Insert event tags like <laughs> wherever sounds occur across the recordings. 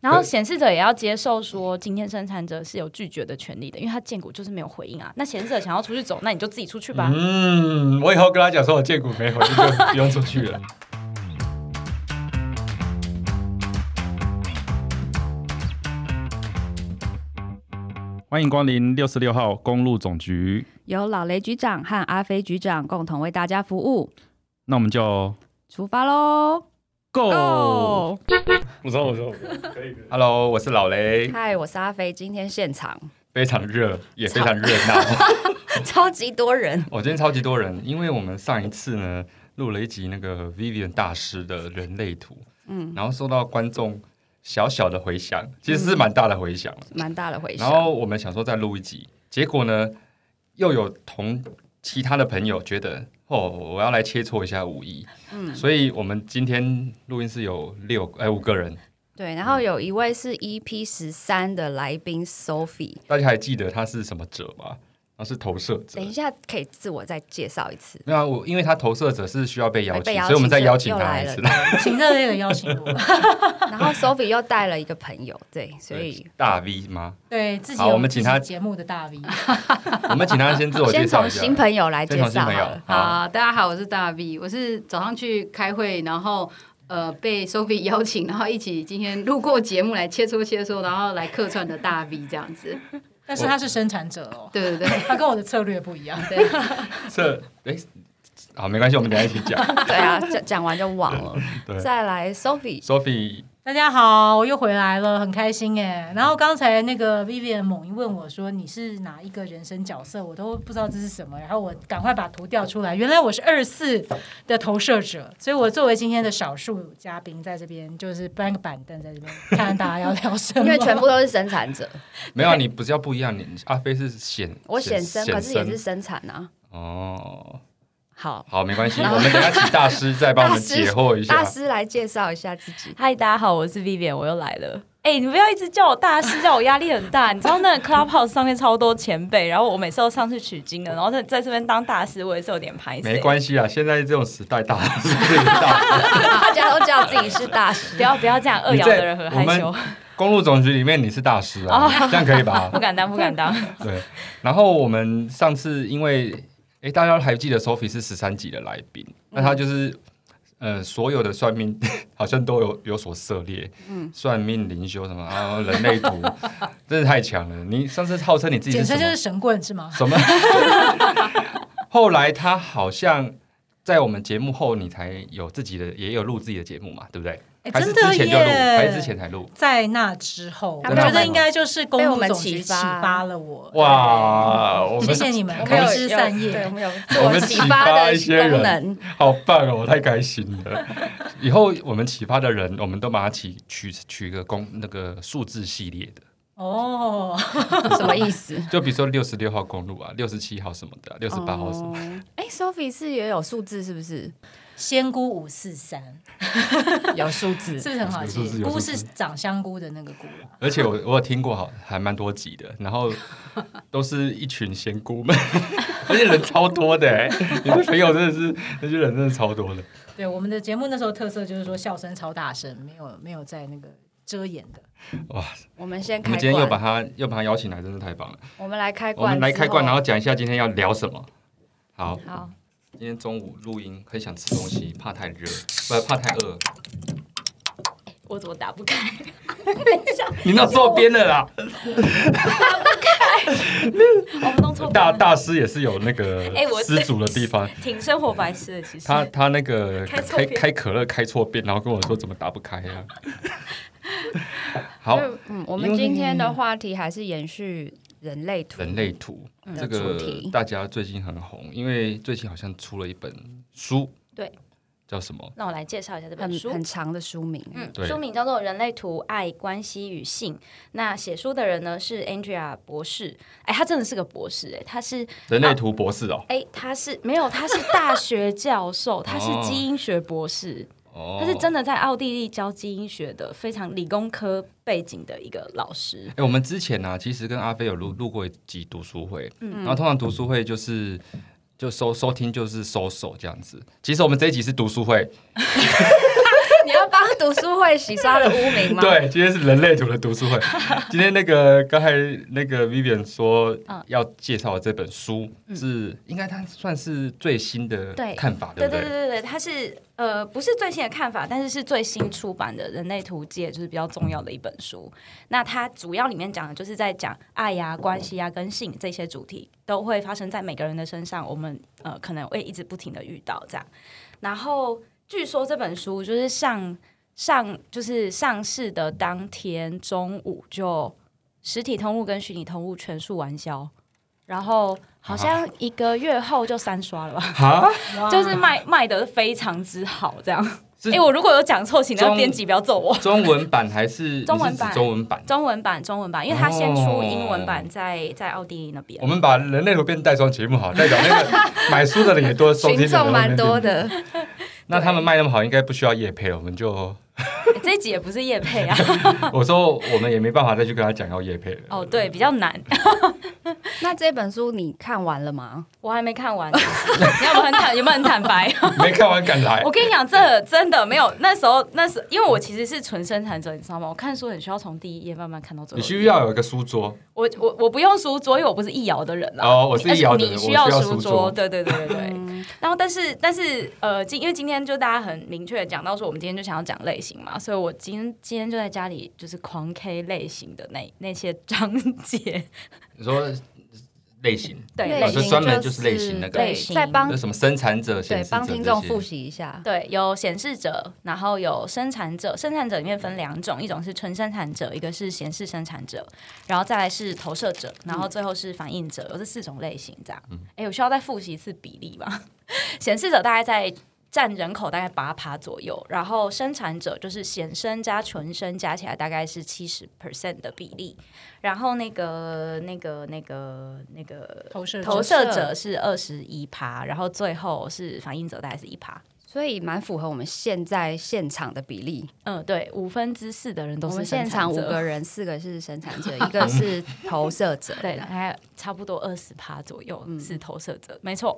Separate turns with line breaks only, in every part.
然后显示者也要接受说，今天生产者是有拒绝的权利的，因为他荐股就是没有回应啊。那显示者想要出去走，那你就自己出去吧。
嗯，我以后跟他讲说，我见股没回应，就不用出去了。
欢迎光临六十六号公路总局，
由老雷局长和阿飞局长共同为大家服务。
那我们就
出发喽
Go！
哦
！Go！
我说，我说，我说，可以。Hello，我是老雷，
嗨，我是阿飞，今天现场
<laughs> 非常热，也非常热闹。 <laughs>
超级多人，
我今天超级多人，因为我们上一次呢录了一集那个 Vivian 大师的人类图，嗯，然后受到观众小小的回响，其实是蛮大的回响。
蛮大的回
然
响。
后我们想说再录一集，结果呢又有同其他的朋友觉得哦，我要来切磋一下武艺，嗯，所以我们今天录音室有六哎五个人，
对，然后有一位是 EP 十三的来宾 Sophie，
大家还记得他是什么者吗？他是投射者
等。一下可以自我再介绍一次。
没有啊，我因为他投射者是需要被邀请，
被邀请
所以我们再邀请
又
他
来
一
了
次。
行政也有邀请
<laughs>
我，
然后 Sophie 又带了一个朋友， <laughs> 对，所以
<laughs> 大 V
<laughs>
吗？
对自己
好
有
我们请他
自己节目的大 V，
我们请他先自我介
先
绍
从
一下。
新朋友来介
先从新
绍好
朋友
了。
好，
啊，大家好，我是大 V，我是早上去开会，然后呃被 Sophie 邀请，然后一起今天路过节目来切磋切磋，然后来客串的大 V 这样子。
但是他是生产者哦，
对对对，
他跟我的策略不一样。
这哎，好，没关系，我们等一下一起
<laughs>
讲。
<laughs> 对啊，讲讲完就忘了。
<laughs> 对
再来
<laughs>
Sophie，
Sophie
大家好，我又回来了，很开心哎。然后刚才那个 Vivian 猛一问我说你是哪一个人生角色，我都不知道这是什么，然后我赶快把图调出来，原来我是二四的投射者，所以我作为今天的少数嘉宾在这边就是搬个板凳在这边看看大家要聊什
<laughs>
么，
因为全部都是生产者，
没有啊，你不是要不一样，你阿飞是显
我显生，可是也是 <laughs>
显
生产啊。
哦。
好，
好，没关系，我们等一下请大师再帮我们解惑一下
大。师来介绍一下自己。
嗨，大家好，我是 Vivian，我又来了。哎、你不要一直叫我大师，叫我压力很大。你知道那个 Clubhouse 上面超多前辈，然后我每次都上去取经的，然后在在这边当大师，我也是有点排斥。
没关系啊，现在这种时代，大师是
<laughs>
大师。
大家都叫自己是大师，
不要不要这样，二
你
爻
在
的人很害
我
羞，
公路总局里面你是大师啊，
哦
这样可以吧
<laughs> 不？敢当，不敢当。
<laughs> 对。然后我们上次因为哎，大家还记得 Sophie 是十三集的来宾，那他就是。呃，所有的算命 <laughs> 好像都有有所涉猎，嗯，算命、灵修什么，然后人类图， <laughs> 真是太强了。你上次号称你自己
简
是什
称
么？
就是神棍是吗？
什么？ <laughs> 后来他好像在我们节目后，你才有自己的，也有录自己的节目嘛，对不对？
哎
还是
真的
之前就录，
耶
还是之前才录？
在那之后，
他
我
被我
觉
们
得应该就是公
被我
路
们
总
启
局启
发
发了我。
哇，我
谢
们
谢你们，
我们
开
有
枝散
对，我
叶。
们有
我
自
们
我
启
启
发
发
一些人
的功能。
好棒哦，我太开心了。以后我们启发的人，我们都把它起取取一个公那个数字系列的，
哦，
<laughs> 什么
<laughs>
意思？
就比如说六十六号公路啊，六十七号什么的，啊六十八号什么的。
哦哎，Sophie 是也有数字，是不是？
仙菇五四三
有数
是
字，
不是很好
有数字
记？
有
菇
数字
是长香菇的那个菇啊，
而且我我有听过好还蛮多集的，然后都是一群仙姑们， <laughs> 而且人超多的、欸，你的朋友真的是那些人真的超多的。
对，我们的节目那时候特色就是说笑声超大声，没有没有在那个遮掩的。
我们先
我
开
们今天又把
罐，
他又把他邀请来，真是太棒了。
我们来开
<laughs>
我
罐，
们来开罐，然后讲一下今天要聊什么。好，
好，
今天中午录音，很想吃东西，怕太热，不怕太饿。
<laughs> 我怎么打不开？
你那坐边了啦，
我们弄错
大
边了，
大师也是有那个
<laughs> 哎我
失足的地方。
挺生活白痴的，其实。
他他那个
开错
开
边
开可乐开错边，然后跟我说怎么打不开呀、
<laughs>
好，
就嗯，我们今天的话题还是延续人类图，
人类图、
嗯
这
的
个
主题
大家最近很红，因为最近好像出了一本书，
对，
叫什么？
那我来介绍一下这本
很
书。
很长的书名，
嗯，
对
书名叫做《人类图：爱、关系与性》。那写书的人呢是 Andrea 博士，哎，他真的是个博士，哎，他是
人类图博士哦，
哎，他是没有，他是大学教授，他是
<laughs> 哦
基因学博士，
哦，
他是真。的在奥地利教基因学的，非常理工科背景的一个老师。
哎、我们之前呢、啊，其实跟阿飞有录录过一集读书会，
嗯
然后通常读书会就是就收收听就是收手这样子。其实我们这一集是读书会，
你要要帮读书会洗刷了污名
<laughs>
吗？，
对，今天是人类图的读书会。 <laughs> 今天那个刚才那个 Vivian 说
嗯
要介绍的这本书是，应该它算是最新的
对
看法，
对
不对嗯
对？对对，它是呃不是最新的看法，但是是最新出版的《人类图界》，就是比较重要的一本书。那它主要里面讲的就是在讲爱呀、关系呀、跟性这些主题，都会发生在每个人的身上，我们呃可能会一直不停的遇到这样。然后据说这本书就是上上就是上市的当天中午就实体通路跟虚拟通路全数完销，然后好像一个月后就三刷了吧。
啊
<laughs>
哈，
就是卖卖的非常之好，这样。
是
哎、我如果有讲错，请那个
中
编辑不要揍我。
中文版还是
<laughs> 中文
你是指
版
中文版。
中文版，中文版，因为它先出
哦
英文版在，在奥地利那边
我。们把人类图变带妆节目好，代表
<laughs>
那个买书的人也多，收听的
群
人也
众蛮多
变。
的，
那他们卖那么好，应该不需要夜配了，我们就
诶这一集也不是叶配
<laughs>
啊，
我说我们也没办法再去跟他讲要夜配了。
哦，对，比较难，
<laughs> 那这本书你看完了吗？
我还没看完。 <laughs> 你要不很坦，有没有很坦
<laughs>
白？
没看完敢来
我，跟你讲，这真的没有。那时候，那时因为我其实是纯生产者，你知道吗？我看书很需要从第一页慢慢看到最
你
后一页。
需要有一个书桌，
我我我不用书桌，因为我不是易遥的人啦。
哦我是易遥的人
而且
我
你需
需要
书
书桌
对对对对对。然后，但是但是呃，今因为今天就大家很明确的讲到说，我们今天就想要讲类型嘛，所以我今天今天就在家里就是狂 K 类型的那那些章节，
你说类型，
对
老
类
师
型
就专门就是类型那个
对
类型
再帮
那什么生产者、
对
显示者
帮听众
这些
复习一下。
对，有显示者，然后有生产者。生产者里面分两种，一种是纯生产者，一个是显示生产者，然后再来是投射者，然后最后是反应者，有这四种类型这样。哎、我需要再复习一次比例吧。 <laughs> 显示者大概在占人口大概八趴左右，然后生产者就是显生加纯生加起来大概是七十 percent 的比例，然后那个那个那个那个
投射者
投射者是二十一趴，然后最后是反应者大概是一趴。
所以蛮符合我们现在现场的比例。
嗯，对，五分之四的人都
我
是
们
生
现
产
场五
者
个，人，四个是生产
<laughs>
者，一个是投射者。
对，大概差不多二十趴左右
嗯
是投射者，没错。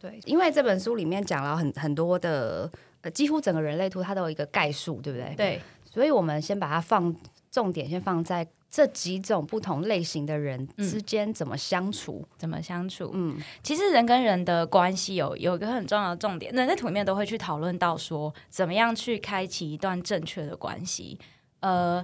对，因为这本书里面讲了很很多的，呃，几乎整个人类图它都有一个概述，对不对？。
对，
所以我们先把它放重点，先放在这几种不同类型的人之间怎么相处。
怎么相处？
嗯，
其实人跟人的关系有有一个很重要的重点，人在图里面都会去讨论到说，怎么样去开启一段正确的关系。呃，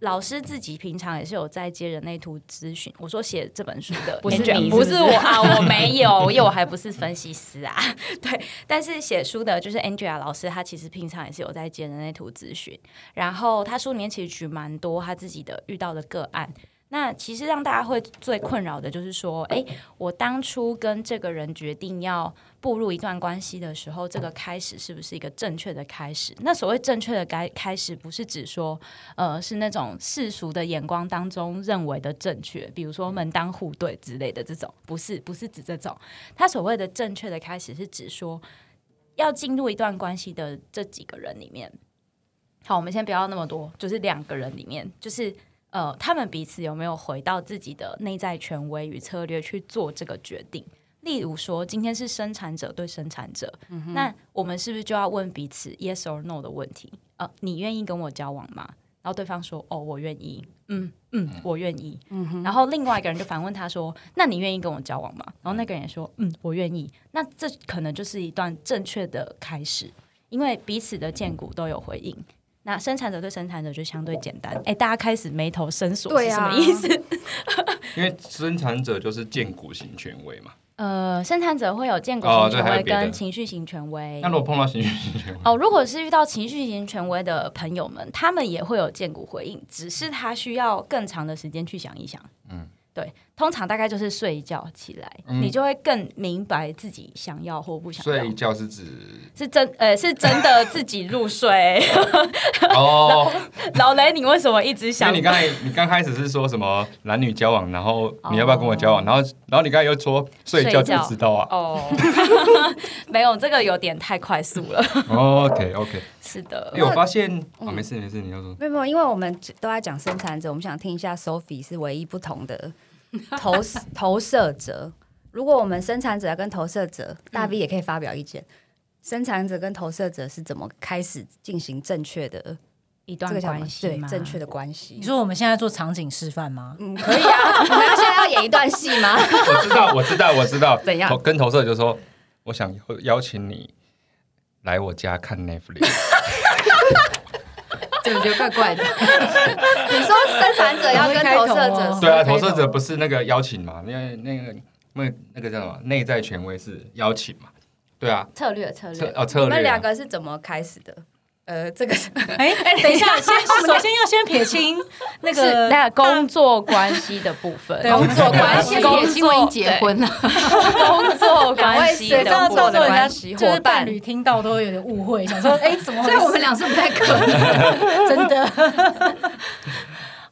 老师自己平常也是有在接人类图咨询，我说写这本书的
<laughs> 不是
Angel，
你
不是
是不是
我
<laughs>
啊，我没有，因为我还不是分析师啊。 <laughs> 对，但是写书的就是 Angela 老师，她其实平常也是有在接人类图咨询，然后她书里面其实举蛮多她自己的遇到的个案。那其实让大家会最困扰的就是说，诶，我当初跟这个人决定要步入一段关系的时候，这个开始是不是一个正确的开始？那所谓正确的开开始，不是指说，呃，是那种世俗的眼光当中认为的正确，比如说门当户对之类的这种，不是，不是指这种。他所谓的正确的开始，是指说要进入一段关系的这几个人里面。好，我们先不要那么多，就是两个人里面，就是呃，他们彼此有没有回到自己的内在权威与策略去做这个决定？例如说，今天是生产者对生产者，那我们是不是就要问彼此 yes or no 的问题？呃，你愿意跟我交往吗？然后对方说哦，我愿意，嗯嗯，我愿意。然后另外一个人就反问他说，那你愿意跟我交往吗？然后那个人也说，嗯，我愿意。那这可能就是一段正确的开始，因为彼此的荐骨都有回应。那生产者对生产者就相对简单，哎，大家开始眉头深锁是
对
什
啊
么意思？
因为生产者就是建骨型权威嘛。
<laughs> 呃，生产者会有建骨
哦
型
对
权
还有
威
别的
跟情绪型权威。
那如果碰到情绪型
<laughs>
权威，
哦，如果是遇到情绪型权威的朋友们，他们也会有见骨回应，只是他需要更长的时间去想一想。
嗯
嗯，对，通常大概就是睡一觉起来，
嗯
你就会更明白自己想要或不想要
睡一。觉是指
是真呃，是真的自己入睡。 <laughs>
哦，
老雷，你为什么一直
因为
想
你？刚才你刚开始是说什么男女交往，然后你要不要跟我交往，然后然后你刚才又说睡一觉就知道
<laughs>
啊。
哦，没有，这个有点太快速了。
OK OK，
是的
哎，，我发现啊，没事没事，你要说
没有没有，因为我们都在讲生产者，我们想听一下 Sophie 是唯一不同的投投射者。如果我们生产者跟投射者，大 V 也可以发表意见。生产者跟投射者是怎么开始进行正确的
一
这
段
个叫什么
关系
对
吗？
正确的关系
你？说我们现在做场景示范吗？
嗯，可以啊，我们要现在要演一段戏吗？
我知道，我知道，我知道。
怎样
投跟投射就说，我想邀邀请你来我家看 Netflix。
<laughs> 这我觉得怪怪的。
你说生产者要跟投射者
<laughs>
说
对啊，
开头
投射者不是那个邀请嘛？那那个那那个叫什么？内在权威是邀请嘛？对啊，
策略策
策
略，
哦策略啊
你们两个是怎么开始的？呃，
<laughs>
这个是
<laughs> 哎、等一 <laughs> 下，先首先要先撇清那
是
个
那工作关系的部分，
对我们
作关
因
系，
为
工
也
作
新闻结婚了，
工作关系
这样
的
两
到
部
位
时候
分。
的关
人
系
家就是
伙伴
伴侣听到都会有点误会， <laughs> 想说哎、怎么回
所
啊
事？
以我们俩是不太可能。
真的。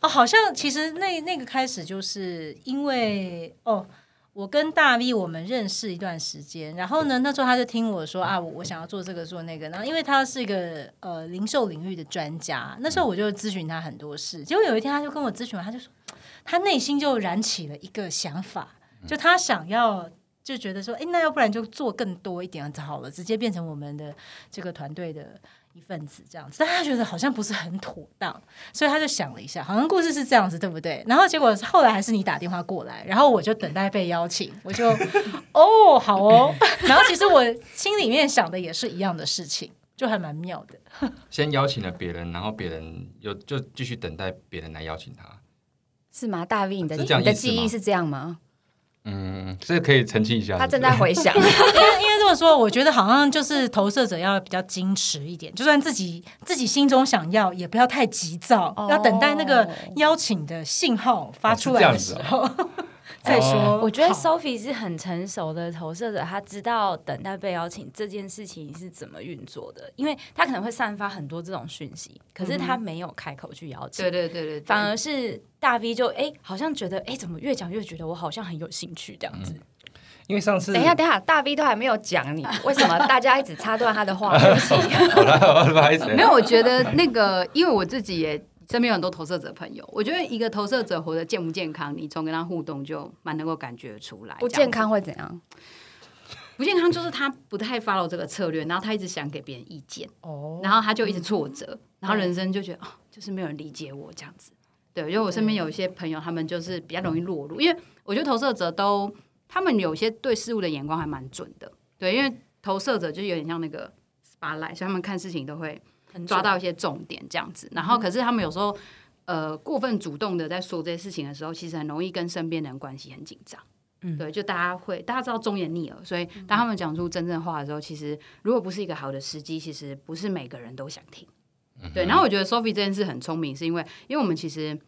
哦，好像其实那那个开始就是因为哦，我跟大 V 我们认识一段时间，然后呢，那时候他就听我说啊，我我想要做这个做那个，然后因为他是一个呃零售领域的专家，那时候我就咨询他很多事，结果有一天他就跟我咨询完，他就说他内心就燃起了一个想法，就他想要。就觉得说，哎、那要不然就做更多一点好了，直接变成我们的这个团队的一份子这样子，但他觉得好像不是很妥当，所以他就想了一下，好像故事是这样子，对不对？然后结果后来还是你打电话过来，然后我就等待被邀请，我 <laughs> 就哦好哦，然后其实我心里面想的也是一样的事情，就还蛮妙的。
先邀请了别人，然后别人又就继续等待别人来邀请他。
是吗？大 V，你的
是这样
你的
意思吗
记忆是这样吗？
嗯，这可以澄清一下。
他正在
<laughs>
回想，
因为因为这么说，我觉得好像就是投射者要比较矜持一点，就算自己自己心中想要，也不要太急躁，
哦
要等待那个邀请的信号发出来的时候、 <laughs> 再说。
我觉得
好
Sophie 是很成熟的投射者，他知道等待被邀请这件事情是怎么运作的，因为他可能会散发很多这种讯息，可是他没有开口去邀请，
对对对对，对
反而是大 V 就哎、好像觉得哎、怎么越讲越觉得我好像很有兴趣这样子，
因为上次
等一下，等一下，大 V 都还没有讲你，为什么大家一直插断他
<laughs>
的话？
好了， <laughs> 不好意思，
没有，我觉得那个，因为我自己也身边有很多投射者朋友，我觉得一个投射者活得健不健康，你从跟他互动就蛮能够感觉出来。
不
这样
健
子
康会怎样？
不健康就是他不太 follow 这个策略，然后他一直想给别人意见，
哦
然后他就一直挫折，然后人生就觉得哦，就是没有人理解我这样子。对，因为我身边有一些朋友，他们就是比较容易落入，因为我觉得投射者都，他们有些对事物的眼光还蛮准的。对，因为投射者就是有点像那个 spotlight，所以他们看事情都会
很
抓到一些重点嗯这样子。然后，可是他们有时候呃过分主动的在说这些事情的时候，其实很容易跟身边的人关系很紧张。
嗯
对，就大家会，大家知道忠言逆耳，所以当他们讲出真正话的时候，其实如果不是一个好的时机，其实不是每个人都想听。对，然后我觉得 Sophie 这件事很聪明，是因为因为我们其实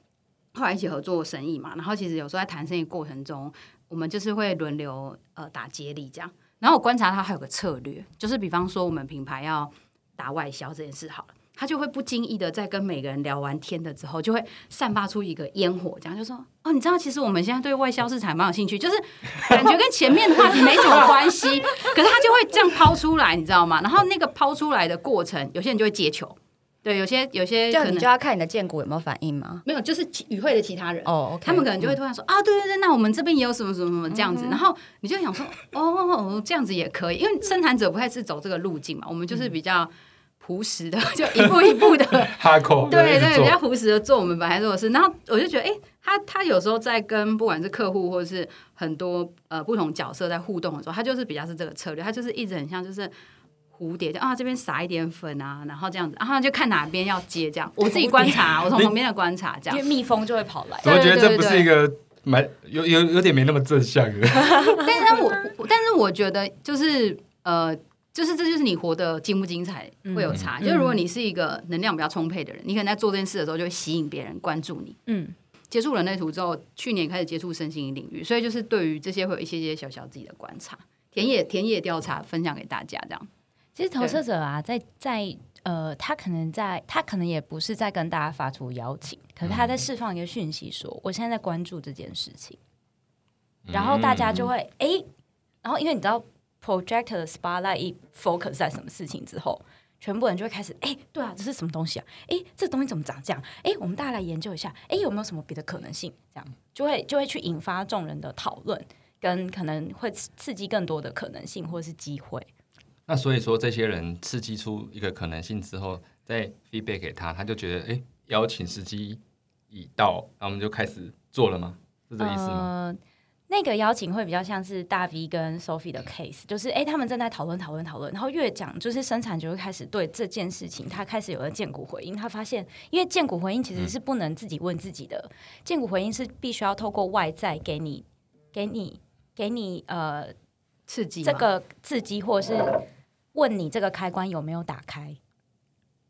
后来一起合作生意嘛，然后其实有时候在谈生意过程中，我们就是会轮流呃打接力这样。然后我观察他还有个策略，就是比方说我们品牌要打外销这件事好了，他就会不经意的在跟每个人聊完天的之后，就会散发出一个烟火，这样就说哦，你知道其实我们现在对外销市场蛮有兴趣，就是感觉跟前面的话题没什么关系，可是他就会这样抛出来，你知道吗？然后那个抛出来的过程，有些人就会接球，对，有些有些
就
可
你
能
就要看你的荐股有没有反应吗？
没有，就是其与会的其他人。
哦，OK，
他们可能就会突然说、啊，对对对，那我们这边也有什么什么什么这样子，然后你就想说哦，这样子也可以，因为生产者不太是走这个路径嘛，我们就是比较朴实的， <laughs> 就一步一步的，
哈口
对对，比较
做
朴实的做我们本来做的事。然后我就觉得，哎、他他有时候在跟不管是客户或是很多呃不同角色在互动的时候，他就是比较是这个策略，他就是一直很像就是。蝴蝶就啊，这边撒一点粉啊，然后这样子，然后就看哪边要接这样。我自己观察，我从旁边的观察这
因
样
为。蜜蜂就会跑来，
怎么觉得
对
这
对
不是一个蛮有有有点没那么正向的？
但是我我但是我觉得就是呃，就是这就是你活得精不精彩
嗯
会有
嗯
差。就是如果你是一个能量比较充沛的人，你可能在做这件事的时候就会吸引别人关注你。
嗯，
接触人类图之后，去年开始接触身心灵领域，所以就是对于这些会有一些些小小自己的观察，田野田野调查分享给大家这样。
其实投射者啊，在在呃，他可能在，他可能也不是在跟大家发出邀请，可是他在释放一个讯息说，我现在在关注这件事情，
嗯
然后大家就会诶，然后因为你知道 projector 的 spotlight 一 focus 在什么事情之后。全部人就会开始，诶，对啊，这是什么东西啊？诶，这东西怎么长这样？诶，我们大家来研究一下，诶，有没有什么别的可能性？这样就会就会去引发众人的讨论，跟可能会刺刺激更多的可能性或是机会。
那所以说，这些人刺激出一个可能性之后，再 feedback 给他，他就觉得哎、诶邀请时机已到，然后我们就开始做了吗？是这个意思吗？
呃那个邀请会比较像是大 V 跟 Sophie 的 case，就是哎、诶他们正在讨论讨论讨论，然后越讲，就是生产就会开始对这件事情，他开始有了见骨回应。他发现，因为见骨回应其
嗯
实是不能自己问自己的，见骨回应是必须要透过外在给你、给你、给你呃
刺激嘛
这个刺激，或者是问你这个开关有没有打开。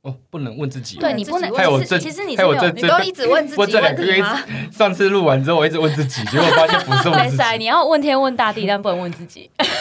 哦，不能问自己。
对你不能，
还有
其实
这
其实你是
还有
没有
这
你都一直问自己
问这两
问
个
题
月
吗？，
<laughs> 上次录完之后，我一直问自己，结果发现不是我
没
自
事，啊你
己。
要问天问大地，但不能问自己。 <laughs>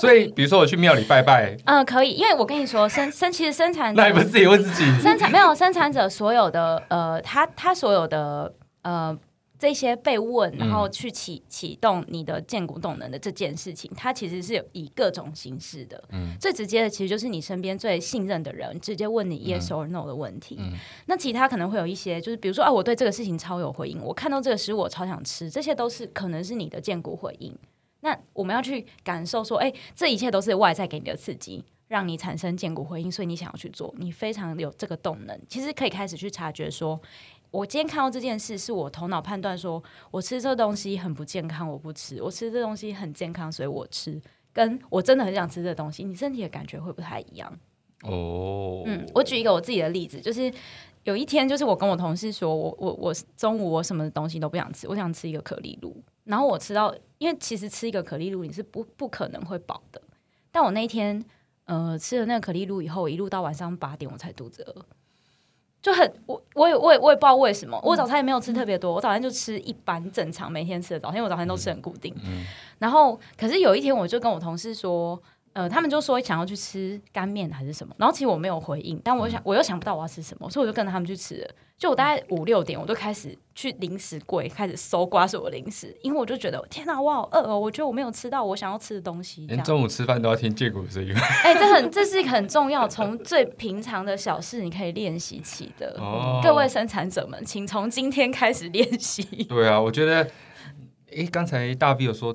所以，比如说我去庙里拜拜，
嗯、可以，因为我跟你说，生生其实生产者
那也不是自己问自己。
生产没有生产者所有的呃，他他所有的呃这些被问，然后去启启动你的建骨动能的这件事情，它其实是有以各种形式的。最直接的其实就是你身边最信任的人直接问你 yes or no 的问题。那其他可能会有一些，就是比如说啊，我对这个事情超有回应，我看到这个食物我超想吃，这些都是可能是你的建骨回应。那我们要去感受说，哎、这一切都是外在给你的刺激，让你产生建骨回应，所以你想要去做，你非常有这个动能。其实可以开始去察觉说，我今天看到这件事，是我头脑判断说我吃这东西很不健康，我不吃；我吃这东西很健康，所以我吃。跟我真的很想吃这东西，你身体的感觉会不太一样。
哦，
嗯，我举一个我自己的例子，就是有一天，就是我跟我同事说，我我我中午我什么东西都不想吃，我想吃一个可丽露。然后我吃到，因为其实吃一个可丽露你是不不可能会饱的。但我那一天呃吃了那个可丽露以后，我一路到晚上八点我才肚子饿，就很我我也我也我也不知道为什么，
嗯
我早餐也没有吃特别多，我早餐就吃一般正常每天吃的早餐，因为我早餐都吃
嗯
很固定。然后可是有一天我就跟我同事说。呃，他们就说想要去吃干面还是什么，然后其实我没有回应，但我
嗯
想我又想不到我要吃什么，所以我就跟着他们去吃了。就我大概五六点，我就开始去零食柜开始搜刮所有零食，因为我就觉得天哪，我好饿哦，我觉得我没有吃到我想要吃的东西。这
连
样。
中午吃饭都要听借骨声音。
<laughs> 哎、这很这是很重要，从最平常的小事你可以练习起的。
哦
各位生产者们，请从今天开始练习。
对啊，我觉得，诶，刚才大 V 有说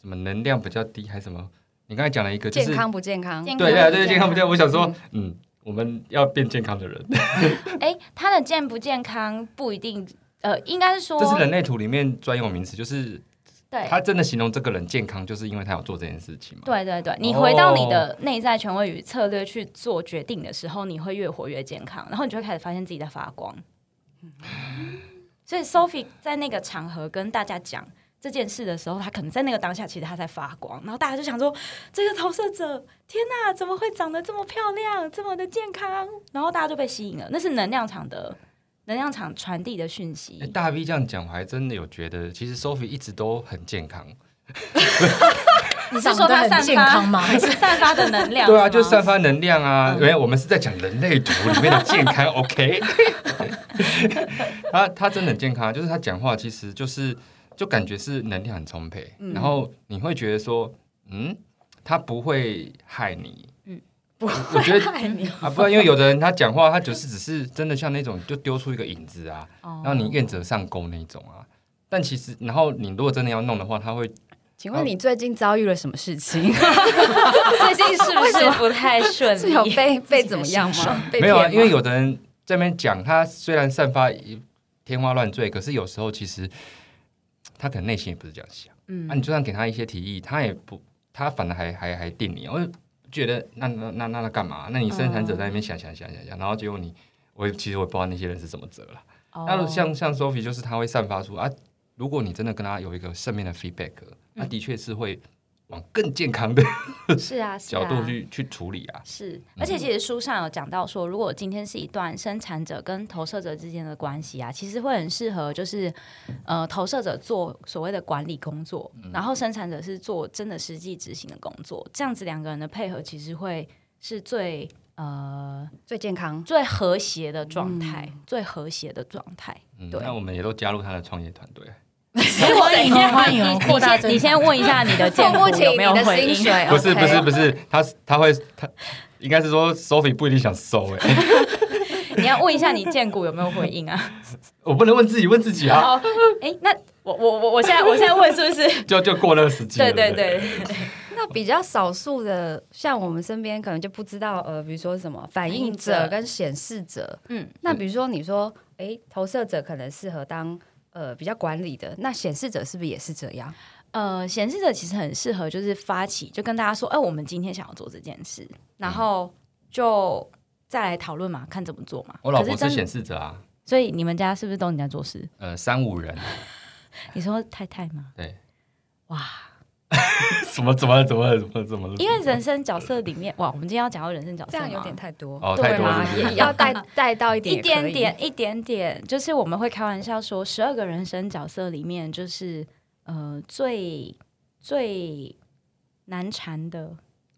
什么能量比较低还是什么？你刚才讲了一个，就是
哦健康不健康？
健
对对对，健康比
不
较。我想说，嗯，我们要变健康的人，
哎、他的健不健康不一定，呃，应该是说
这是人类图里面专有名词，就是
对。
他真的形容这个人健康，就是因为他有做这件事情嘛。
对对对，你回到你
哦
的内在权威与策略去做决定的时候，你会越活越健康，然后你就会开始发现自己在发光。所以 Sophie 在那个场合跟大家讲这件事的时候，她可能在那个当下其实她在发光，然后大家就想说：这个投射者，天哪，怎么会长得这么漂亮，这么的健康？然后大家就被吸引了，那是能量场的能量场传递的讯息
哎
诶。大 V 这样讲，我还真的有觉得，其实 Sophie 一直都很健康。
你是
长
说
得
它
很
散
健
发
康吗？
还是 <laughs> 散发的能量？
对啊，就散。发能量啊！原来我们是在讲人类图里面的健康，OK？他他真的很健康啊，就是他讲话其实就是就感觉是能量很充沛，然后你会觉得说，嗯，他不会害你，嗯，不我觉得
爱你
啊，不然因为有的人他讲话，他就是只是真的像那种就丢出一个影子啊，然后你愿者上钩那种啊。但其实，然后你如果真的要弄的话，他会
请问你最近遭遇了什么事情？ <laughs>
最近
<laughs>
是不是不太顺利？
是
<laughs>
有被被怎么样吗？被
没有啊，
骗吗
因为有的人这边讲，他虽然散发一天花乱坠，可是有时候其实他可能内心也不是这样想。嗯，啊，你就算给他一些提议，他也不，他反而还还还定你。我就觉得那那那那那干嘛？那你生产者在那边想想想想想，然后结果你，我也其实我也不知道那些人是怎么折了。那如像像 Sophie 就是他会散发出啊，如果你真的跟他有一个正面的 feedback，那的确是会往更健康的
是啊，是
角
啊
度去、去处理啊。
是，而且其实书上有讲到说，如果今天是一段生产者跟投射者之间的关系啊，其实会很适合就是呃投射者做所谓的管理工作，然后生产者是做真的实际执行的工作，这样子两个人的配合其实会是最呃
最健康，
最和谐的状态，最和谐的状态。
嗯，
对
那我们也都加入他的创业团队。
欢迎哦，欢 <laughs> 迎哦，扩大
你先问一下你的建
付
股
不起
有
你
没有
的
回
薪
应？
水，
不是
OK
不是不是，他他会他应该是说 Sophie 不一定想收哎、欸
<laughs>
<laughs>
你要问一下你建股有没有回应啊？
我不能问自己问自己啊，
哦，哎、那我我我我现在我现在问是不是？
<laughs> 就就过那个时机了。
对
对
对
不
对，
那比较少数的，像我们身边可能就不知道，呃，比如说什么反应
反应
者
者
跟显示者。
嗯，
那比如说你说，诶，投射者可能适合当呃比较管理的，那显示者是不是也是这样？
<laughs> 呃，显示者其实很适合，就是发起，就跟大家说，哎、我们今天想要做这件事，然
嗯
后就再来讨论嘛，看怎么做嘛。
我老
可
婆
真
是显示者啊，
所以你们家是不是都你在做事？
呃，三五人，
你说太太吗？
对，
哇，
<laughs> 什么怎么了怎么了怎么了怎么了？
因为人生角色里面，哇，我们今天要讲到人生角色
这
吗，
样有点太多，
哦，
对
太多
啊
了
太
是
多
不
了
是，
也要带带到一点，
一点点，，一点点，就是我们会开玩笑说，十二个人生角色里面，就是呃最最难缠的，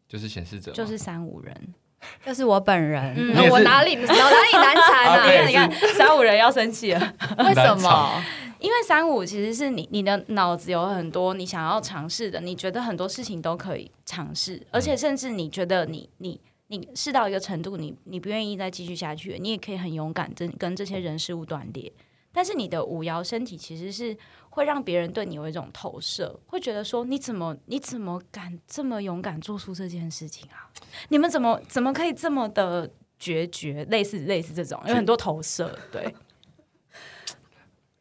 就是显示者嘛，
就是三五人。
这是我本人，
嗯
那
你也
我
是
哪里哪哪里难缠
啊
啊？
你
对
看，你看，三五人要生气了，
为
<laughs>
什
难
么
缠？
因为三五其实是你你的脑子有很多你想要尝试的，你觉得很多事情都可以尝试，而且甚至你觉得你你。你试到一个程度，你你不愿意再继续下去，你也可以很勇敢跟跟这些人事物断裂。但是你的五爻身体其实是会让别人对你有一种投射，会觉得说你怎么你怎么敢这么勇敢做出这件事情啊？你们怎么怎么可以这么的决绝？类似类似这种有很多投射，对。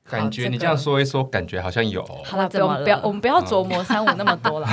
感觉你这样说一说，感觉好像有哦。
好了，
怎么
我们不要
了
我们不要琢磨三五那么
<laughs>
多了。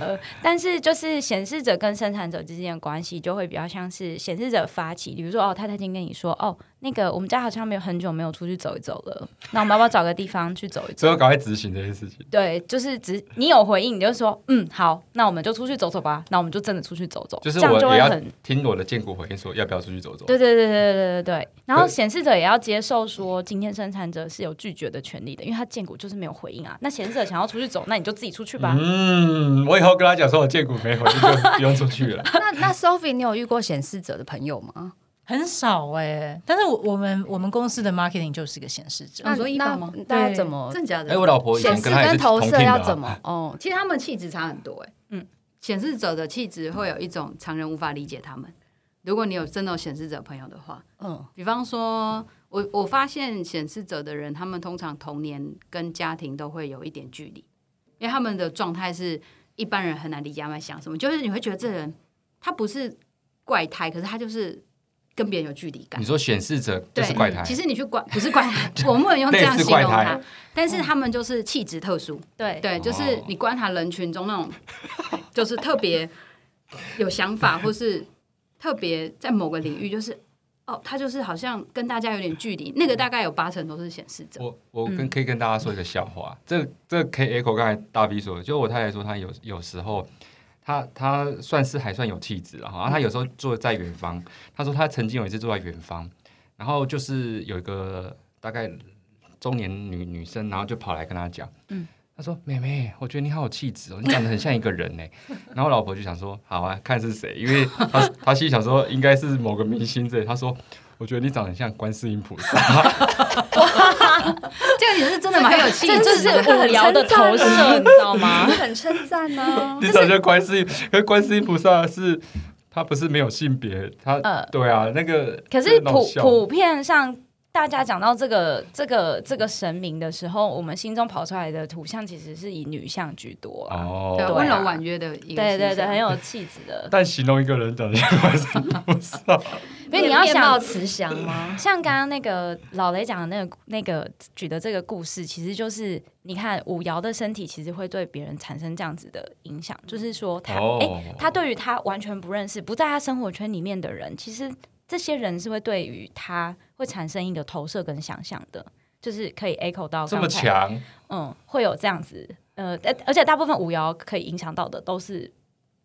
呃，但是就是显示者跟生产者之间的关系就会比较像是显示者发起，比如说哦，太太今天跟你说哦，那个我们家好像没有很久没有出去走一走了，那我们要不要找个地方去走一
所以
走
我？赶快执行这件事情。
对，就是只你有回应，你就说嗯好，那我们就出去走走吧，那我们就真的出去走走，
就是
这样
我
就
也
会
要
很
听我的建国回应说，要不要出去走走？
对对对对对对对。然后
可
显示者也要接受说，今天生产者是有拒绝的权利的，因为他建股就是没有回应啊。那显示者想要出去走，那你就自己出去吧。
嗯，我以后跟他讲说我建股没回应，就不用出去
<laughs>
了。
那那 Sophie，你有遇过显示者的朋友吗？
很少哎、但是我我们我们公司的 marketing 就是个显示者，
嗯
那你说一般吗
那大家怎么？
真的假
哎、
的？
我老婆以
显
前
示
跟他也
跟
是
投
同
射
听的、
要怎
啊，
么？哦，
其实他们气质差很多哎、
嗯
嗯，显示者的气质会有一种常人无法理解他们。如果你有真的有显示者朋友的话，
嗯，
比方说，我我发现显示者的人，他们通常童年跟家庭都会有一点距离，因为他们的状态是一般人很难理解他们在想什么，就是你会觉得这人他不是怪胎，可是他就是跟别人有距离感
你。说显示者就
对，
是怪胎，
其实你去怪不是怪胎，我们不能用这
类
样
似
形
怪
容
胎
他，但是他们就是气质特殊。
对
对，就是
哦
你观察人群中那种，就是特别有想法，或是特别在某个领域，就是哦，他就是好像跟大家有点距离，那个大概有八成都是显示者。
我我跟
嗯
可以跟大家说一个笑话，这这可以 echo 刚才大 B 说的，就我太太说她有有时候。她她算是还算有气质了哈，然啊后她有时候坐在远方，她说她曾经有一次坐在远方，然后就是有一个大概中年女女生，然后就跑来跟她讲，
嗯
嗯，她说妹妹，我觉得你好有气质哦，你长得很像一个人呢。然后我老婆就想说，好啊，看是谁，因为她她心里想说应该是某个明星之类，她说我觉得你长得很像观世音菩萨。
这个也是真的蛮有气
这
质
就是
的，
五爻的
啊
投射，你知道吗？
<laughs>
很称赞
哦
<laughs> 呢。
你找觉得观世音，可是观世音菩萨是，他不是没有性别，他、
呃
对啊，那个
可是
那种
普
笑
普遍上。大家讲到这个这个这个神明的时候，我们心中跑出来的图像其实是以女相居多啊。
哦
对，
啊
温柔婉约的一个
对
形象，
对
啊
对，很有气质的。
但形容一个人长得像观世音菩萨，
因为你要想
面貌慈祥吗？
像刚刚那个老雷讲的那个那个举的这个故事，其实就是你看五爻的身体其实会对别人产生这样子的影响，就是说 <laughs> 他哎、
哦
诶他对于他完全不认识、不在他生活圈里面的人，其实这些人是会对于他会产生一个投射跟想象的，就是可以 echo 到
这
刚
么
才，
强，
嗯，会有这样子，呃，而而且大部分五爻可以影响到的都是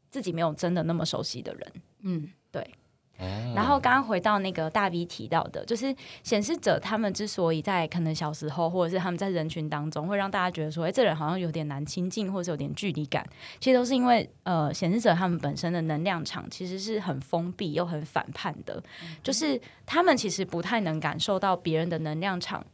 自己没有真的那么熟悉的人。
嗯，
然后刚刚回到那个大 V 提到的，就是显示者他们之所以在可能小时候，或者是他们在人群当中，会让大家觉得说，哎，这人好像有点难亲近，或者是有点距离感，其实都是因为呃，显示者他们本身的能量场其实是很封闭又很反叛的，就是他们其实不太能感受到别人的能量场。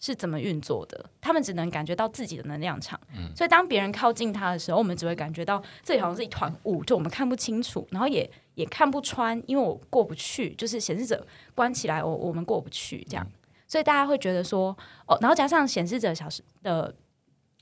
是怎么运作的？他们只能感觉到自己的能量场，
嗯
所以当别人靠近他的时候，我们只会感觉到这里好像是一团雾，就我们看不清楚，然后也也看不穿，因为我过不去，就是显示者关起来，我我们
嗯
过不去这样，所以大家会觉得说，哦，然后加上显示者小时的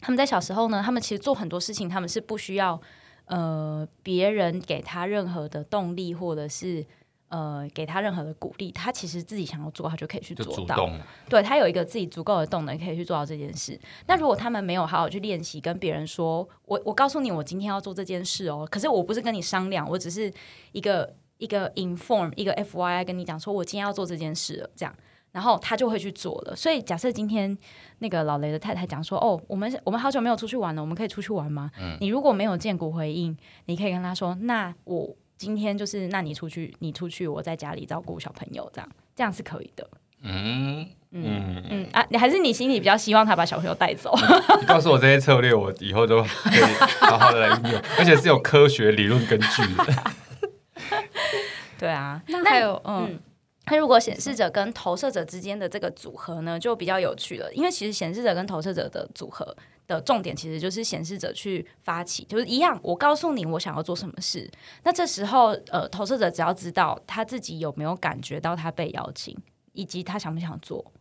他们在小时候呢，他们其实做很多事情，他们是不需要呃别人给他任何的动力，或者是呃给他任何的鼓励，他其实自己想要做，他就可以去
就
做
主
到。
动了，
对他有一个自己足够的动能可以去做到这件事。那如果他们没有好好去练习，跟别人说，我我告诉你，我今天要做这件事哦，可是我不是跟你商量，我只是一个一个 inform 一个 FYI 跟你讲说，我今天要做这件事了，这样。然后他就会去做了。所以假设今天那个老雷的太太讲说：“哦，我们我们好久没有出去玩了，我们可以出去玩吗？”你如果没有见骨回应，你可以跟他说：“那我今天就是，那你出去，你出去，我在家里照顾小朋友，这样这样是可以的。”
嗯嗯，
嗯啊，你还是你心里比较希望他把小朋友带走，
你告诉我这些策略，我以后都可以好好的来运用，而且是有科学理论根据的。
对啊。
那还有
嗯，那如果显示者跟投射者之间的这个组合呢，就比较有趣了，因为其实显示者跟投射者的组合的重点其实就是显示者去发起，就是一样，我告诉你我想要做什么事，那这时候呃，投射者只要知道他自己有没有感觉到他被邀请，以及他想不想做，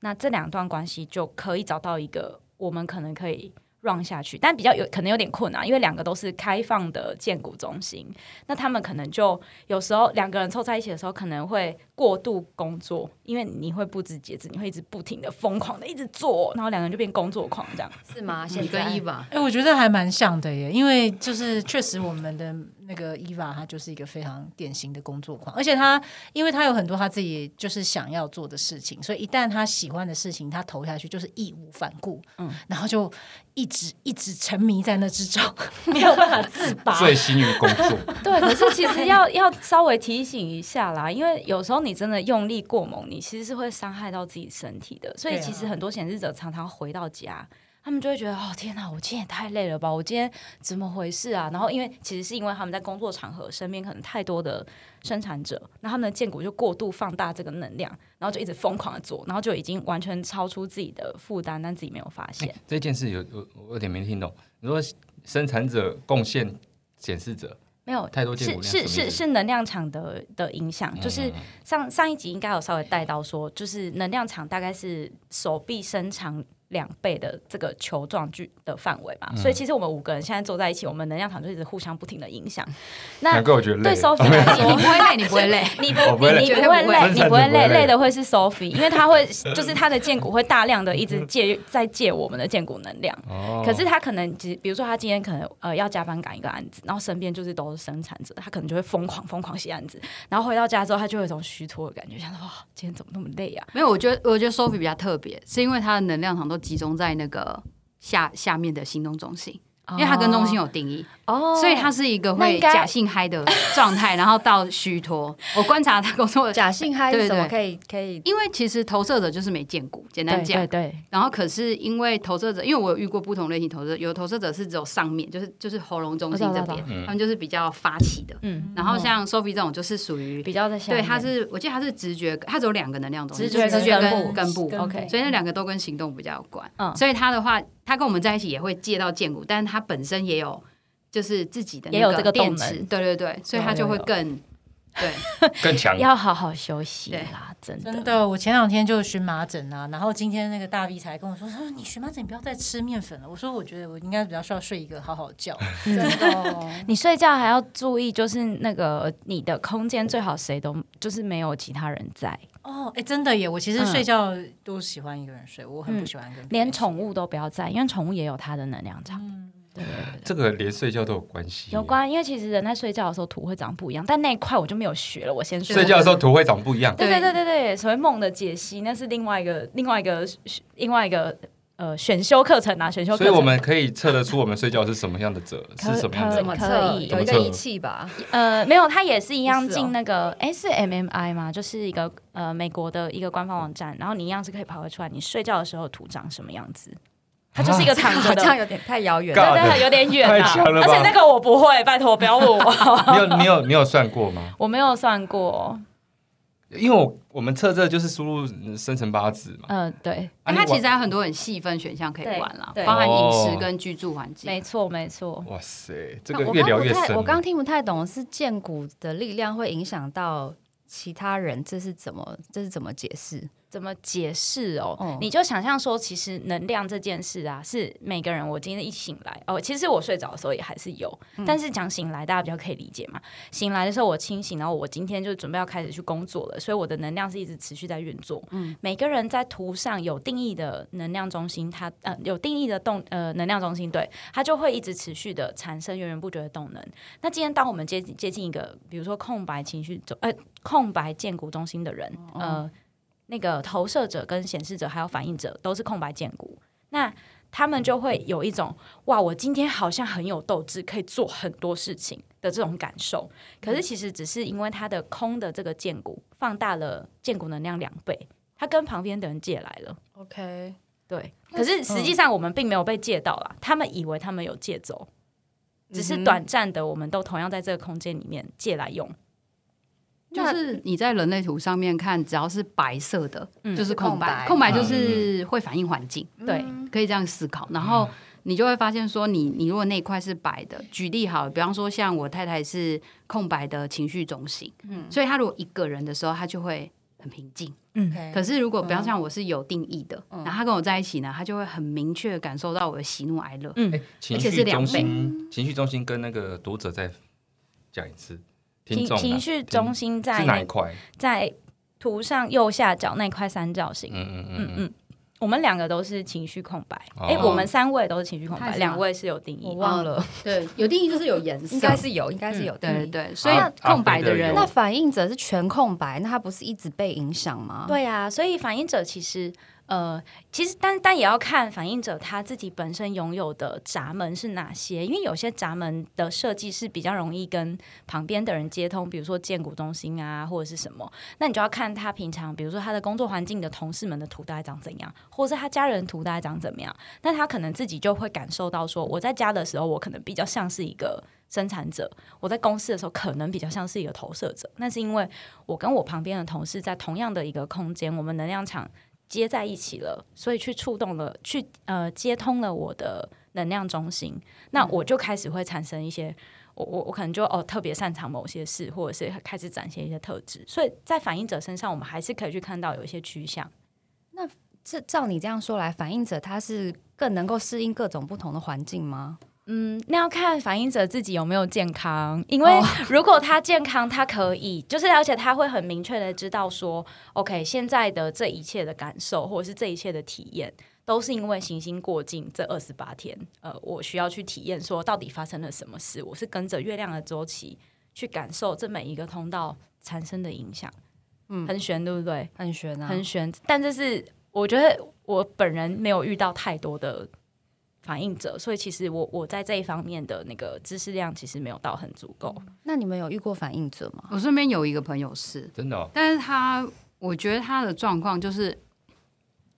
那这两段关系就可以找到一个我们可能可以。让下去，但比较有可能有点困难，因为两个都是开放的建股中心，那他们可能就有时候两个人凑在一起的时候，可能会过度工作，因为你会不知节制，你会一直不停的疯狂的一直做，然后两个人就变工作狂这样。
是吗？现
你跟伊
在
娃，
哎、我觉得还蛮像的耶，因为就是确实我们的那个伊娃，她就是一个非常典型的工作狂，而且她因为她有很多她自己就是想要做的事情，所以一旦她喜欢的事情，她投下去就是义无反顾，嗯，然后就一直一直沉迷在那之中， <laughs> 没有办法自拔。
醉心于工作，
对，可是其实要要稍微提醒一下啦，因为有时候你真的用力过猛，你其实是会伤害到自己身体的。所以
对啊
其实很多显示者常常回到家，他们就会觉得哦天哪，我今天也太累了吧，我今天怎么回事啊？然后因为其实是因为他们在工作场合身边可能太多的生产者，那他们的剑骨就过度放大这个能量，然后就一直疯狂的做，然后就已经完全超出自己的负担，但自己没有发现。
<laughs> 这件事有有我有点没听懂。你说生产者贡献显示者，
没有
太多见骨量
是是
什么意
是
思嗯
是能量场的的影响，就是上上一集应该有稍微带到说，就是能量场大概是手臂伸长两倍的这个球状距的范围嘛，
嗯
所以其实我们五个人现在坐在一起，我们能量场就一直互相不停的影响。那
难怪我觉得累哦
对。Sophie 来
<laughs> 你不
说。<laughs>
会累，你不会累。
你不
我不会
你
累
你
绝
不
对
会
不会
累，你不会累，
真的不会
累的会是 Sophie，因为他会就是他的剑骨会大量的一直借在借我们的剑骨能量，
哦
可是他可能只，比如说他今天可能呃要加班赶一个案子，然后身边就是都是生产者，他可能就会疯狂疯狂写案子，然后回到家之后，他就会有一种虚脱的感觉，想说哇，今天怎么那么累啊？
没有，我觉得我觉得 Sophie 比较特别，是因为她的能量场都集中在那个下下面的行动中心，因为她跟中心有定义，
哦
所以她是一个
那
会
应该
假性嗨的状态，然后到虚脱。我观察她工作，
假性嗨是
对
什么？
对
可以可以，
因为其实投射者就是没见骨，简单
对对。
讲
对，
然后可是因为投射者，因为我有遇过不同类型投射者，有投射者是只有上面，就是就是喉咙中心
我知
这
道
边
我，
他们就是比较发起的。
嗯，
然后像 Sophie 这种就是属于
比较在下
对，
面，
它是我记得它是直觉，它只有两个能量中心，
直觉
就是直觉
跟
跟根部
跟
OK
所以那两个都跟行动比较有关。
嗯
所以他的话，他跟我们在一起也会借到剑骨，但是他本身也有就是自己的那
也有这个
电
动能
池，对对对，所以他就会更对。
更强，
要好好休息
对
啦，真的。
真的，我前两天就荨麻疹啊，然后今天那个大 V 才跟我说，他说你荨麻疹你不要再吃面粉了。我说我觉得我应该比较需要睡一个好好觉。
真的哦
你睡觉还要注意，就是那个你的空间最好谁都就是没有其他人在，
哦，哎，真的耶！我其实
嗯
睡觉都喜欢一个人睡，我很不喜欢跟别人
连
睡
宠物都不要在，因为宠物也有它的能量场。
这个连睡觉都有关系。
有。关，因为其实人在睡觉的时候图会长不一样，但那一块我就没有学了，我先说。
睡觉的时候图会长不一样，
对对
对
对对对，所谓梦的解析，那是另外一个另外一个另外一个呃选修课程啊，选修课
所
程。
以我们可以测得出我们睡觉是什么样的者，
可
是什么样
可
的
怎么
可
测？
以
有一
怎么
个
测
仪器 <laughs> 吧？
呃没有，它也是一样
是哦
进那个哎、是 MMI 吗？就是一个呃美国的一个官方网站，然后你一样是可以跑得出来，你睡觉的时候图长什么样子，它就是一个躺着
好
的。
像有点太遥远
尬
了。
对对，有点远
太
啊！
强了
而
吧
且那个我不会，拜托不要问我，
你有你有你有算过吗？
我没有算过。
因为我我们测这就是输入嗯生辰八字嘛，
嗯、对，
啊
但它
你
其实还有很多很细分选项可以
对
玩啦，
对
包含饮
哦
食跟居住环境
没。错没错。
哇塞，这
那
个
我
越
刚
聊
不
越
太
深了。
我刚听不太懂，是剑骨的力量会影响到其他人，这是怎么这是怎么解释？
怎么解释哦？
哦
你就想象说，其实能量这件事啊，是每个人我今天一醒来哦，其实我睡着的时候也还是有，但是讲醒来大家比较可以理解嘛。醒来的时候我清醒，然后我今天就准备要开始去工作了，所以我的能量是一直持续在运作。嗯，每个人在图上有定义的能量中心，它呃有定义的动呃能量中心，对，它就会一直持续的产生源源不绝的动能。那今天当我们接接近一个，比如说空白情绪中呃空白建骨中心的人，呃，那个投射者、跟显示者还有反应者都是空白建骨，那他们就会有一种哇，我今天好像很有斗志，可以做很多事情的这种感受。可是其实只是因为他的空的这个建骨放大了建骨能量两倍，他跟旁边的人借来了。
OK，
对，可是实际上我们并没有被借到啦，他们以为他们有借走，只是短暂的，我们都同样在这个空间里面借来用。
就是你在人类图上面看，只要是白色的，
嗯
就是空白，嗯
是
空
空
白
嗯
就是会反映环境，
对，
可以这样思考。
嗯
然后你就会发现说你，你如果那一块是白的，举例好了，比方说像我太太是空白的情绪中心，嗯，所以她如果一个人的时候，她就会很平静。
嗯
OK，
可是如果比方像我是有定义的，然后她跟我在一起呢，她就会很明确地感受到我的喜怒哀乐。
哎情
而且
绪
是两
中
倍
心，情绪中心跟那个读者再讲一次，听
情
众啊
情绪中心
听
在
是哪一块？
在图上右下角那块三角形。
嗯嗯
嗯
嗯嗯，
嗯，我们两个都是情绪空白。
哦
哎、我们三位都是情绪空
太
白，
少
两位是有定
我
义。哦
忘了，
对，有定义就是有颜
应该是有，应该是有。
对对
嗯，
对，所以
啊
空白的
阿
人
飞的
那
有
反应者是全空白，那他不是一直被影响吗？，
对啊，所以反应者其实，呃，其实但但也要看反应者他自己本身拥有的闸门是哪些，因为有些闸门的设计是比较容易跟旁边的人接通，比如说建股中心啊，或者是什么，那你就要看他平常，比如说他的工作环境的同事们的图大概长怎样，或者是他家人图大概长怎么样，那他可能自己就会感受到说，我在家的时候，我可能比较像是一个生产者；我在公司的时候，可能比较像是一个投射者。那是因为我跟我旁边的同事在同样的一个空间，我们能量场接在一起了，所以去触动了，去呃接通了我的能量中心，那我就开始会产生一些。我我我可能就哦特别擅长某些事，或者是开始展现一些特质，所以在反应者身上，我们还是可以去看到有一些趋向。
这照你这样说来，反应者他是更能够适应各种不同的环境吗？
嗯，那要看反应者自己有没有健康，因 <laughs> 为哦如果他健康，他可以就是，而且他会很明确的知道说，OK，现在的这一切的感受或者是这一切的体验，都是因为行星过境这二十八天，呃，我需要去体验说到底发生了什么事，我是跟着月亮的周期去感受这每一个通道产生的影响，嗯，很玄，对不对？
很悬啊，
很悬，但这是我觉得我本人没有遇到太多的反应者，所以其实我我在这一方面的那个知识量其实没有到很足够。
那你们有遇过反应者吗？
我身边有一个朋友是，
真的哦，
但是他我觉得他的状况就是，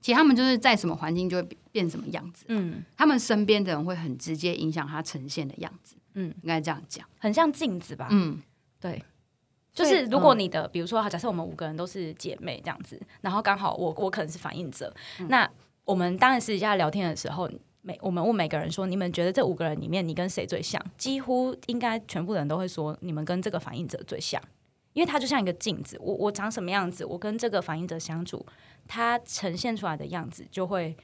其实他们就是在什么环境就会变什么样子，
嗯，
他们身边的人会很直接影响他呈现的样子。
嗯
应该这样
<laughs>
讲。
很像镜子吧？
嗯，
对。就是如果你的，比如说，好，假设我们五个人都是姐妹这样子，然后刚好我我可能是反应者，那我们当然私底下聊天的时候，每我们问每个人说，你们觉得这五个人里面你跟谁最像？几乎应该全部人都会说，你们跟这个反应者最像，因为他就像一个镜子，我我长什么样子，我跟这个反应者相处，他呈现出来的样子就会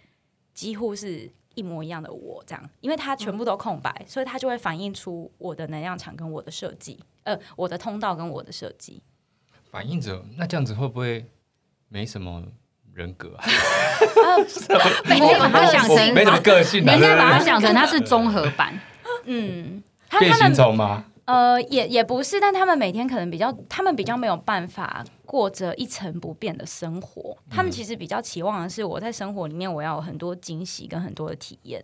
几乎是一模一样的我这样，因为它全部都空白，所以它就会反映出我的能量场跟我的设计，呃，我的通道跟我的设计。
反应者，那这样子会不会没什么人格啊？
每天把他想成，
<laughs> 没什么个性啊，
人家把他
对
想成他是综合版，
嗯，
不
他
对变
他
形
们
虫吗？
呃也也不是，但他们每天可能比较，他们比较没有办法过着一成不变的生活。他们其实比较期望的是，我在生活里面我要有很多惊喜跟很多的体验。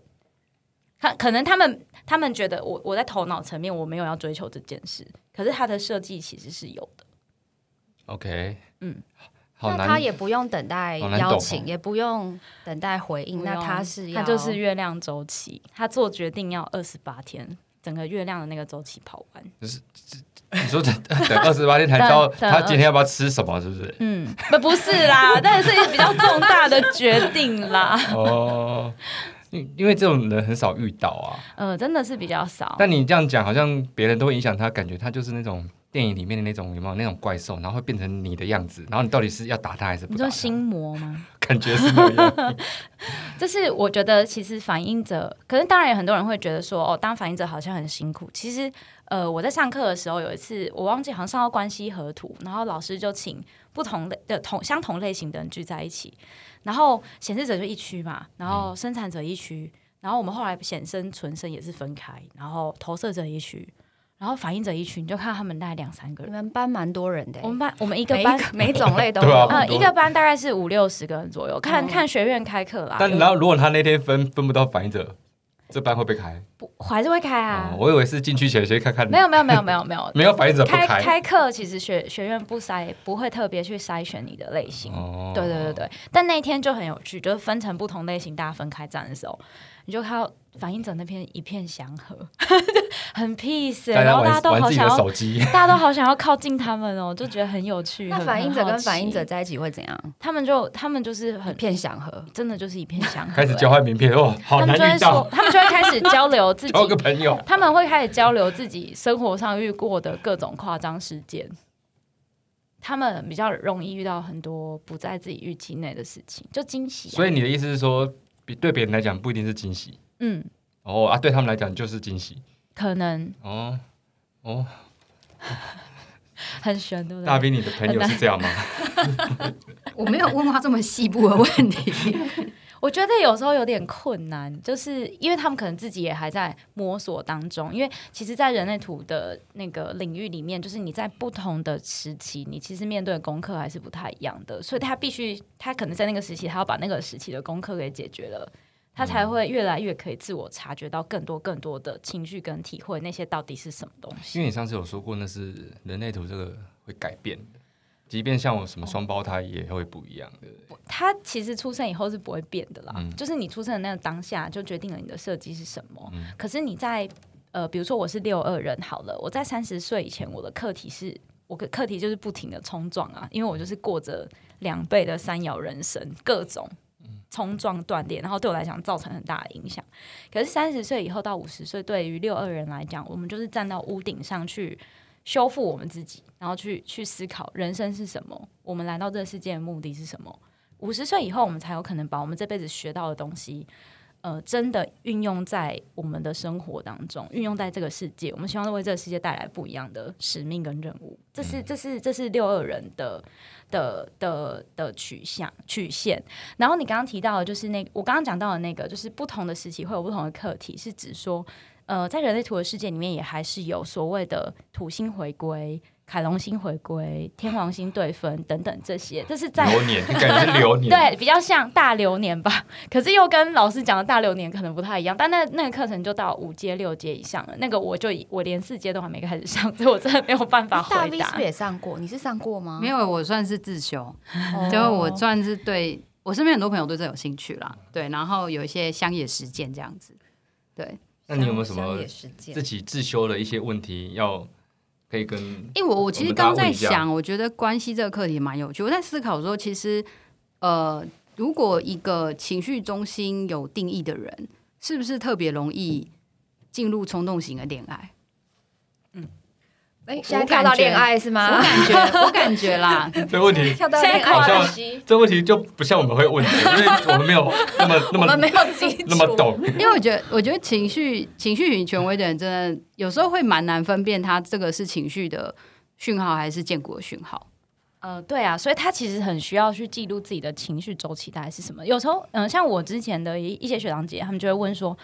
可可能他们他们觉得我我在头脑层面我没有要追求这件事，可是他的设计其实是有的。
OK，
嗯，
好
那他
难，
也不用等待
好难懂
邀
哦
请，也不用等待回应，
不
那
用
他是要
它就是月亮周期，它做决定要二十八天，整个月亮的那个周期跑完。
你说等 <laughs> 等二十八天才知道
等等
他今天要不要吃什么，是不是？
嗯，不不是啦，但是比较重大的决定啦。
哦，因因为这种人很少遇到啊。
<laughs> 呃，真的是比较少。
但你这样讲，好像别人都会影响他，感觉他就是那种电影里面的那种有没有那种怪兽，然后会变成你的样子，然后你到底是要打他还是不
你
打
说
他？
心哎魔吗？
感觉
<laughs>
是那样，
就是我觉得其实反应者，可是当然有很多人会觉得说，哦，当反应者好像很辛苦。其实，呃，我在上课的时候有一次，我忘记好像上到关系合图，然后老师就请不同的的同相同类型的人聚在一起，然后显示者就一区嘛，然后生产者一区，然后我们后来显生存生也是分开，然后投射者一区，然后反应者一区，你就看他们大概两三个
你
人。
们班蛮多人的欸、
我们班我们一
一
个班
<laughs> 每种类都
对啊
有。
呃，
很多
一个班大概是五六十个人左右，看、看学院开课啦。
哦但
有
然后如果他那天分分不到反应者，这班会被开。
不还是会开啊
哦，？我以为是进去前先看看，，
没有没有没有没有没有
没有反应者不
开
开。
开课其实学学院不筛不会特别去筛选你的类型。
哦
对对对对，但那一天就很有趣，就是分成不同类型，大家分开站的时候，你就看到反应者那边一片祥和，很 peace，欸、
大
然
家
后大家
玩
都
玩
好
自己的
想要，
手机，
大家都好想要靠近他们哦，就觉得很有趣。
<laughs> 那
很
反应者
很好
跟
奇
反应者在一起会怎样？
他们就他们就是很
片祥和。
真的就是一片祥和、
开始
欸
交换名片，哦，好
他们就
难
会
遇到
说，，他们就会开始交流自己
交个朋友。
他们会开始交流自己生活上遇过的各种夸张事件，他们比较容易遇到很多不在自己预期内的事情，就惊喜啊、
所以你的意思是说，比对别人来讲不一定是惊喜，
嗯，
哦啊，对他们来讲就是惊喜，
可能
哦哦，
很悬，对不
大
对？
兵，你的朋友是这样吗？
我没有问过他这么细部的问 <laughs> 题。
我觉得有时候有点困难，就是因为他们可能自己也还在摸索当中。因为其实，在人类图的那个领域里面，就是你在不同的时期，你其实面对的功课还是不太一样的，所以他必须，他可能在那个时期，他要把那个时期的功课给解决了。他才会越来越可以自我察觉到更多更多的情绪跟体会，那些到底是什么东西？
因为你上次有说过，那是人类图这个会改变的，即便像我什么双胞胎也会不一样的。
它其实出生以后是不会变的啦，
嗯
就是你出生的那个当下就决定了你的设计是什么。可是你在呃，比如说我是六二人好了，我在三十岁以前，我的课题是我的课题就是不停的冲撞啊，因为我就是过着两倍的山摇人生，各种冲撞断裂，然后对我来讲造成很大的影响。可是三十岁以后到五十岁，对于六二人来讲，我们就是站到屋顶上去修复我们自己，然后去去思考人生是什么，我们来到这个世界的目的是什么。五十岁以后，我们才有可能把我们这辈子学到的东西，呃，真的运用在我们的生活当中，运用在这个世界。我们希望为这个世界带来不一样的使命跟任务。这是这是这是六二人的的的的取向曲线。然后你刚刚提到的就是那我刚刚讲到的那个，就是不同的时期会有不同的课题，是指说，呃，在人类图的世界里面，也还是有所谓的土星回归。凯龙星回归、天王星对分等等这些，这是在
流年，你感
<laughs>
觉是流年，
对，比较像大流年吧。 <laughs> 可是又跟老师讲的大流年可能不太一样。但那那个课程就到五阶、六阶以上了，那个我就已我连四阶都还没开始上， <laughs> 所以我真的没有办法
大 V
回
是不
答
是。也上过？你是上过吗？
没有，我算是自修，
哦，
就我算是对我身边很多朋友对这有兴趣啦，对，然后有一些乡野实践这样子，对，
那你有没有什
商
么
业实践
自己自修的一些问题要可以跟？ <laughs>
因为我我其实
们大家
刚在
问一下
想，我觉得关系这个课题蛮有趣。我在思考说，其实呃，如果一个情绪中心有定义的人，是不是特别容易进入冲动型的恋爱？ <laughs>
哎
我
现在跳到恋爱是
我
吗？
感觉，我感觉啦，
这个问题，
<laughs> 跳到
现在
恋爱
好像
关系，
这个问题就不像我们会问的，因为我们没有那么那
我们没
么
有基础
那么懂。
因为我觉得，我觉得情绪情绪型权威的人，真的有时候会蛮难分辨他这个是情绪的讯号还是建国的讯号。
呃，对啊，所以他其实很需要去记录自己的情绪周期大概是什么。有时候，嗯、像我之前的一一些学长姐，他们就会问说：“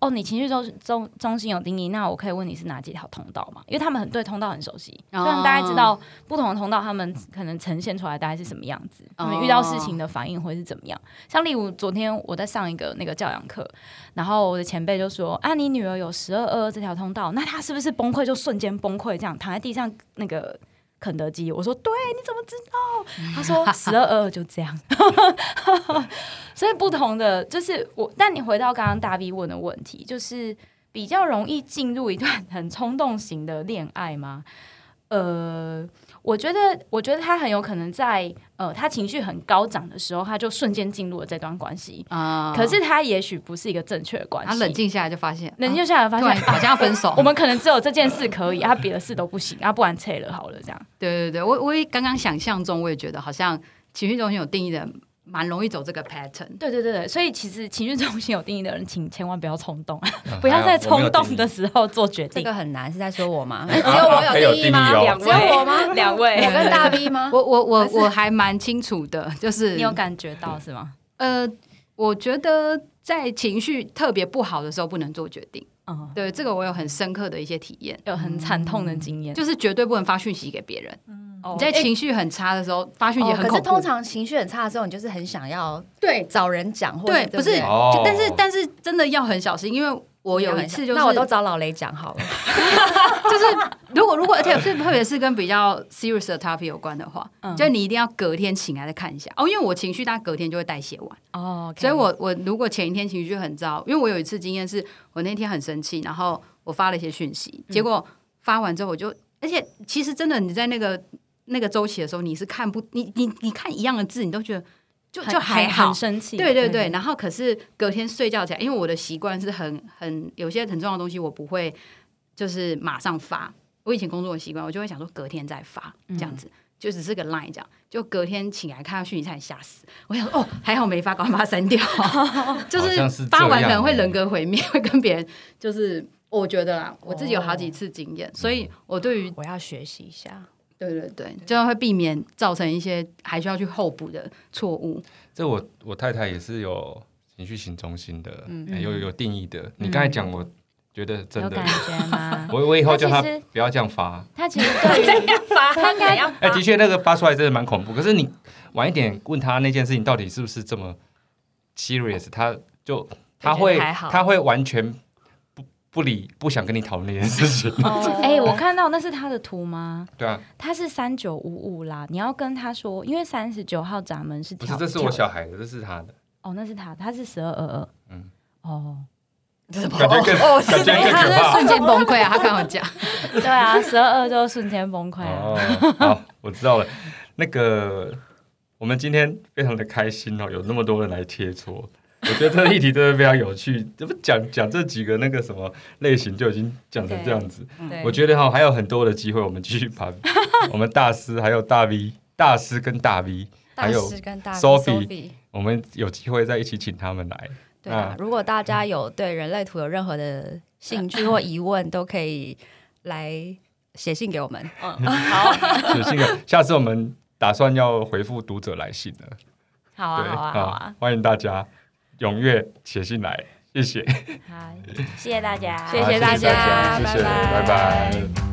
哦，你情绪中中中心有定义，那我可以问你是哪几条通道吗？”因为他们很对通道很熟悉，所以他们大概知道不同的通道，他们可能呈现出来大概是什么样子，他们遇到事情的反应会是怎么样。像例如昨天我在上一个那个教养课，然后我的前辈就说：“啊，你女儿有十二二这条通道，那她是不是崩溃就瞬间崩溃，这样躺在地上那个肯德基？”我说：“对，你怎么知道？”他说：“十二二就这样。” <laughs> 所以不同的就是我，但你回到刚刚大 B 问的问题，就是比较容易进入一段很冲动型的恋爱吗？呃，我觉得，我觉得他很有可能在呃，他情绪很高涨的时候，他就瞬间进入了这段关系。
啊
可是他也许不是一个正确的关
他
系，
冷，静下来就发现，
冷静
啊
下来发
突然
现，
好像要分手。
我们可能只有这件事可以，啊，别的事都不行，啊，不然撤了好了，这样。
对对对，我我也刚刚想象中，我也觉得好像情绪中心有定义的，蛮容易走这个 pattern。
对对对对，所以其实情绪中心有定义的人，请千万不要冲动，啊
嗯
<laughs> 不要在冲动。
还
的
有
时候做决
这
定。
个很难，是在说我吗？
我没有定义
只有我
<laughs> 啊有定义
有定义吗？
<laughs>
哦
两
只有我吗？
位，两位
<laughs> 我，跟大 V 吗？
我我我我还蛮清楚的，就是
你有感觉到是吗？
呃，我觉得在情绪特别不好的时候不能做决定。
嗯，
对，这个我有很深刻的一些体验，
有很惨痛的经验。
就是绝对不能发讯息给别人。
哦
你在情绪很差的时候发讯息
哦，
很
可
恐
是
怖。
通常情绪很差的时候，你就是很想要
对
找人讲，或者
对，
对，
不是，
对
哦
就但是但是真的要很小心，因为哦我有一次就是
那我都找老雷讲 <laughs> 好了。
就是如果如果，而且是特别是跟比较 serious 的 topic 有关的话，
嗯
就你一定要隔天醒来再看一下哦，因为我情绪大概隔天就会代谢完，
哦，
所以我我如果前一天情绪很糟，因为我有一次经验是我那天很生气，然后我发了一些讯息，
嗯
结果发完之后我就，而且其实真的你在那个那个周期的时候，你是看不你你你看一样的字，你都觉得就就还好
很，生气。
对对对，然后可是隔天睡觉起来，因为我的习惯是很很有些很重要的东西，我不会就是马上发。我以前工作的习惯，我就会想说隔天再发这样子。就只是个 line 这样，就隔天起来看到讯息差点吓死。我想说哦，还好没发，赶快把它 <laughs> 删掉。就
好像是这
发完可能
样
会
哦
人格毁灭，会跟别人就是我觉得啦，我自己有好几次经验，所以我对于
我要学习一下，
对对对，就会避免造成一些还需要去后补的错误。
这我我太太也是有情绪型中心的，
嗯
哎有有定义的。你刚才讲，我觉得真
有
的
感，觉
<laughs>
吗？
我我以后叫她
那其实
不要这样
啊
发。
他其实
<laughs>
对于他应该
哎，的确那个发出来真的蛮恐怖。可是你晚一点问她那件事情到底是不是这么 serious，她就她
我觉
会
得还好
她会完全不不理，不想跟你讨论那件事情。
哦，哎，我看到那是他的图吗？
<laughs> 对啊，
他是三九五五啦，你要跟他说，因为三十九号闸门是
不是
跳，
这是
跳
我小孩的，这是他
<laughs>
的，
哦，那是他，他是十二二二，
嗯
嗯，哦，
感觉更
哦，
感觉
哎
更
他
可
那
怕。
瞬间崩溃啊！他刚好讲，
对
<laughs>
啊，十二二就瞬间崩溃了。
哦，好， <laughs> 我知道了。那个，我们今天非常的开心哦，有那么多人来切磋，我觉得这个议题真的非常有趣。这不讲讲这几个那个什么类型就已经讲成这样子，
对
我觉得哈、还有很多的机会，我们继
<laughs>
续把我们大师还有大 V 大师跟大 V，还有
跟大
Sophie 我们有机会再一起请他们来。
对啊
那，
如果大家有对人类图有任何的兴 <laughs> 趣或疑问，都可以来写信给我们。
有幸的， <laughs> 下次我们打算要回复读者来信了。
<laughs> 好
对哦
啊，好啊，好啊，
欢迎大家踊跃写信来，谢谢，
好，谢谢大家，
谢谢大家
谢谢，
拜拜
拜拜